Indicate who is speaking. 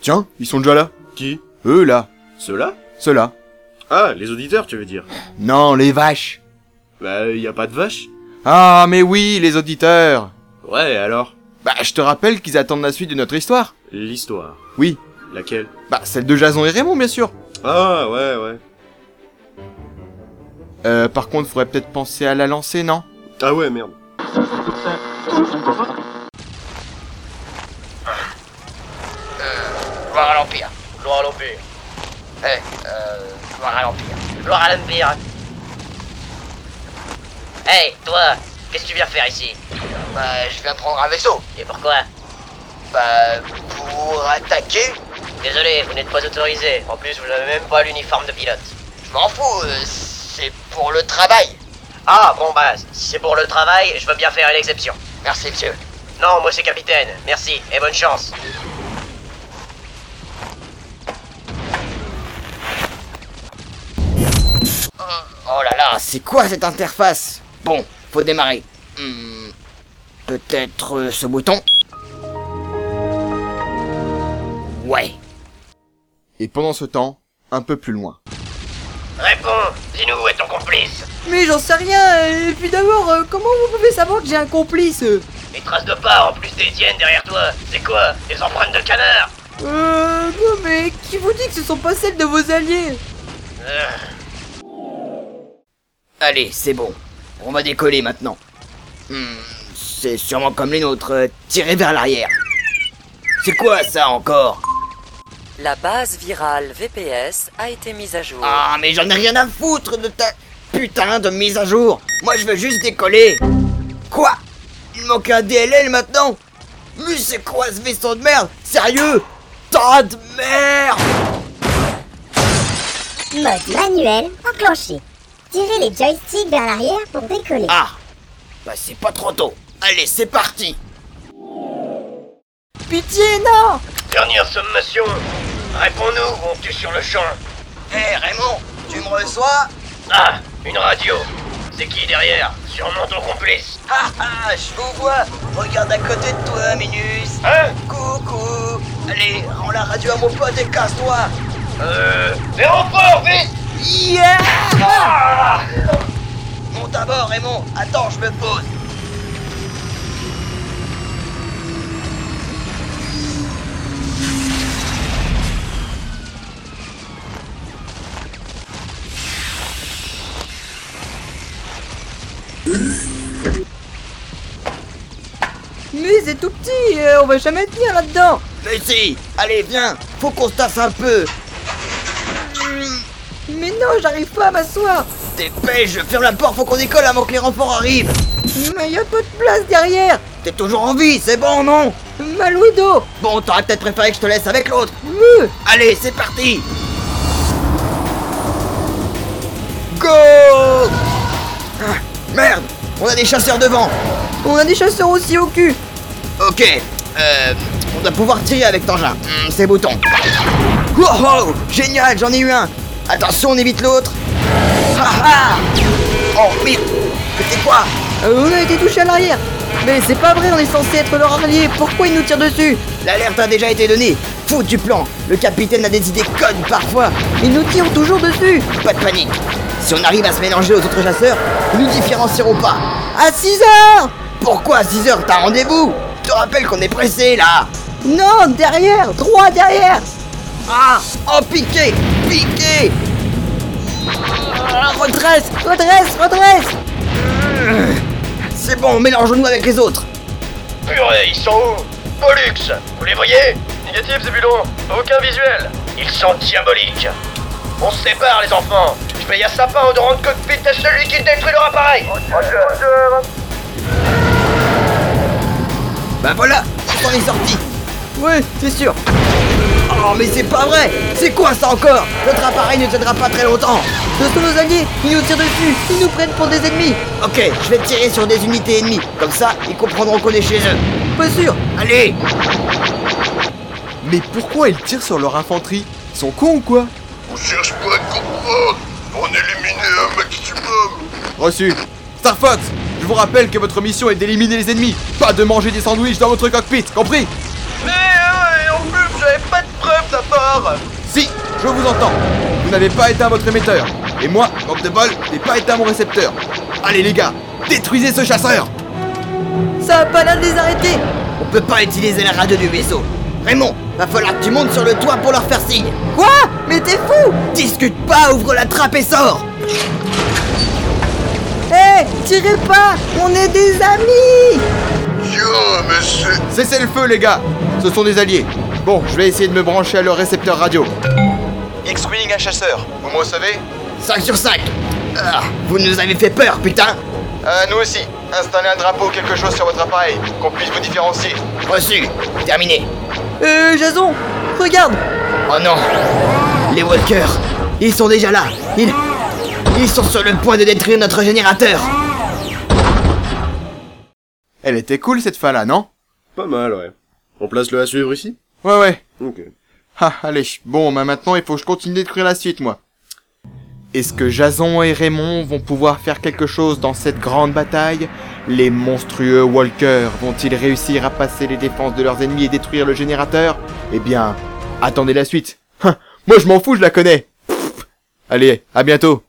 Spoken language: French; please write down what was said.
Speaker 1: Tiens, ils sont déjà là.
Speaker 2: Qui
Speaker 1: Eux là.
Speaker 2: Ceux-là
Speaker 1: Ceux-là.
Speaker 2: Ah, les auditeurs, tu veux dire
Speaker 1: Non, les vaches.
Speaker 2: Bah, y a pas de vache
Speaker 1: Ah, mais oui, les auditeurs.
Speaker 2: Ouais, alors
Speaker 1: Bah, je te rappelle qu'ils attendent la suite de notre histoire.
Speaker 2: L'histoire.
Speaker 1: Oui.
Speaker 2: Laquelle
Speaker 1: Bah, celle de Jason et Raymond, bien sûr.
Speaker 2: Ah, ouais, ouais.
Speaker 1: Euh, par contre, faudrait peut-être penser à la lancer, non
Speaker 2: Ah ouais, merde.
Speaker 3: Gloire à l'Empire. Gloire à l'Empire. Eh, euh, gloire à l'Empire. Gloire à l'Empire. Hé, toi, qu'est-ce que tu viens faire ici Bah, je viens prendre un vaisseau. Et pourquoi Bah, pour attaquer. Désolé, vous n'êtes pas autorisé. En plus, vous n'avez même pas l'uniforme de pilote. Je m'en fous, euh, c'est pour le travail. Ah, bon, bah, si c'est pour le travail, je veux bien faire une exception. Merci, monsieur. Non, moi c'est capitaine. Merci et bonne chance.
Speaker 4: Oh là là, c'est quoi cette interface Bon, faut démarrer. Hmm, Peut-être euh, ce bouton Ouais.
Speaker 1: Et pendant ce temps, un peu plus loin.
Speaker 3: Réponds, dis-nous où est ton complice
Speaker 5: Mais j'en sais rien, et puis d'abord, euh, comment vous pouvez savoir que j'ai un complice
Speaker 3: Les traces de pas en plus des tiennes derrière toi, c'est quoi Des empreintes de canard
Speaker 5: Euh, non mais qui vous dit que ce sont pas celles de vos alliés
Speaker 4: Allez, c'est bon. On va décoller maintenant. Hmm, c'est sûrement comme les nôtres, euh, tiré vers l'arrière. C'est quoi ça encore
Speaker 6: La base virale VPS a été mise à jour.
Speaker 4: Ah, mais j'en ai rien à foutre de ta putain de mise à jour. Moi, je veux juste décoller. Quoi Il manque un DLL maintenant Mais c'est quoi ce vaisseau de merde Sérieux Tant de merde
Speaker 7: Mode manuel enclenché. Tirez les joysticks vers l'arrière pour décoller.
Speaker 4: Ah Bah, c'est pas trop tôt. Allez, c'est parti
Speaker 5: Pitié, non
Speaker 3: Dernière sommation Réponds-nous ou on tue sur le champ
Speaker 4: Hé, Eh, Raymond, tu me reçois
Speaker 3: Ah Une radio C'est qui derrière Sûrement ton complice
Speaker 4: Ah ah, je vous vois Regarde à côté de toi, Minus
Speaker 3: Hein
Speaker 4: Coucou Allez, rends la radio à mon pote et casse-toi
Speaker 3: Euh... Mais en fort, vite Ah
Speaker 4: Yeah Monte à bord, Raymond Attends, je me pose
Speaker 5: Mais c'est tout petit, euh, on va jamais tenir là-dedans
Speaker 4: Mais si Allez, viens Faut qu'on se tasse un peu
Speaker 5: Mais non, j'arrive pas à m'asseoir
Speaker 4: Dépêche, ferme la porte, faut qu'on décolle avant que les renforts arrivent
Speaker 5: Mais y a pas de place derrière
Speaker 4: T'es toujours en vie, c'est bon, non
Speaker 5: Mal au dos
Speaker 4: Bon, t'aurais peut-être préféré que je te laisse avec l'autre
Speaker 5: Meuh.
Speaker 4: Allez, c'est parti Go Ah, Merde On a des chasseurs devant
Speaker 5: On a des chasseurs aussi au cul
Speaker 4: Ok, euh, on doit pouvoir tirer avec Tangin. Hmm, c'est bouton. Wow, wow, génial, j'en ai eu un. Attention, on évite l'autre. Ah, ah. oh merde, c'était quoi
Speaker 5: Euh, on a été touché à l'arrière Mais c'est pas vrai, on est censé être leur allié, pourquoi ils nous tirent dessus
Speaker 4: L'alerte a déjà été donnée. Faute du plan. Le capitaine a des idées connes parfois.
Speaker 5: Ils nous tirent toujours dessus
Speaker 4: Pas de panique. Si on arrive à se mélanger aux autres chasseurs, ils nous différencierons pas.
Speaker 5: À 6 heures
Speaker 4: Pourquoi à 6 heures t'as rendez-vous Je te rappelle qu'on est pressé là.
Speaker 5: Non, derrière Droit derrière
Speaker 4: Ah, oh piqué, piqué. Ah, redresse, Euh,
Speaker 5: Redresse, redresse
Speaker 4: C'est bon, mélangeons-nous avec les autres.
Speaker 3: Purée, ils sont où Pollux Vous les voyez Négatif, Zébulon Aucun visuel Ils sont diaboliques On se sépare, les enfants Je paye un sapin au rendre cockpit à celui qui détruit leur appareil
Speaker 4: Bah voilà, on est sorti.
Speaker 5: Ouais, c'est sûr
Speaker 4: Oh mais c'est pas vrai C'est quoi ça encore Notre appareil ne tiendra pas très longtemps
Speaker 5: Ce sont nos alliés, ils nous tirent dessus, ils nous prennent pour des ennemis
Speaker 4: Ok, je vais tirer sur des unités ennemies, comme ça ils comprendront qu'on est chez eux.
Speaker 5: Pas sûr
Speaker 4: Allez
Speaker 1: Mais pourquoi ils tirent sur leur infanterie Ils sont cons ou quoi
Speaker 8: On cherche pas à comprendre pour en éliminer un maximum.
Speaker 1: Reçu. Star Fox, je vous rappelle que votre mission est d'éliminer les ennemis, pas de manger des sandwichs dans votre cockpit, compris
Speaker 3: Mais euh, en Eh plus, j'avais pas de preuve encore
Speaker 1: Si, je vous entends. Vous n'avez pas éteint votre émetteur. Et moi, manque de bol, n'ai pas éteint mon récepteur. Allez les gars, détruisez ce chasseur
Speaker 5: Ça a pas l'air de les arrêter
Speaker 4: On peut pas utiliser la radio du vaisseau. Raymond, va falloir que tu montes sur le toit pour leur faire signe.
Speaker 5: Quoi Mais t'es fou
Speaker 4: Discute pas, ouvre la trappe et sors
Speaker 5: Hé Eh, Tirez pas On est des amis
Speaker 8: Yo, mais c'est...
Speaker 1: Cessez le feu les gars Ce sont des alliés. Bon, je vais essayer de me brancher à leur récepteur radio. X-Wing un chasseur. Vous me recevez
Speaker 4: 5 sur 5 Ah, Vous nous avez fait peur, putain
Speaker 1: Euh, nous aussi. Installez un drapeau ou quelque chose sur votre appareil, qu'on puisse vous différencier.
Speaker 4: Reçu Terminé
Speaker 5: Euh, Jason Regarde
Speaker 4: Oh non Les Walkers Ils sont déjà là Ils... Ils sont sur le point de détruire notre générateur
Speaker 1: Elle était cool cette fin là, non
Speaker 2: Pas mal, ouais. On place le à suivre ici
Speaker 1: Ouais ouais.
Speaker 2: Ok.
Speaker 1: Ah, allez, bon, bah maintenant il faut que je continue d'écrire la suite, moi. Est-ce que Jason et Raymond vont pouvoir faire quelque chose dans cette grande bataille Les monstrueux Walkers vont-ils réussir à passer les défenses de leurs ennemis et détruire le générateur Eh bien, attendez la suite. Hein, moi je m'en fous, je la connais. Pfff. Allez, à bientôt.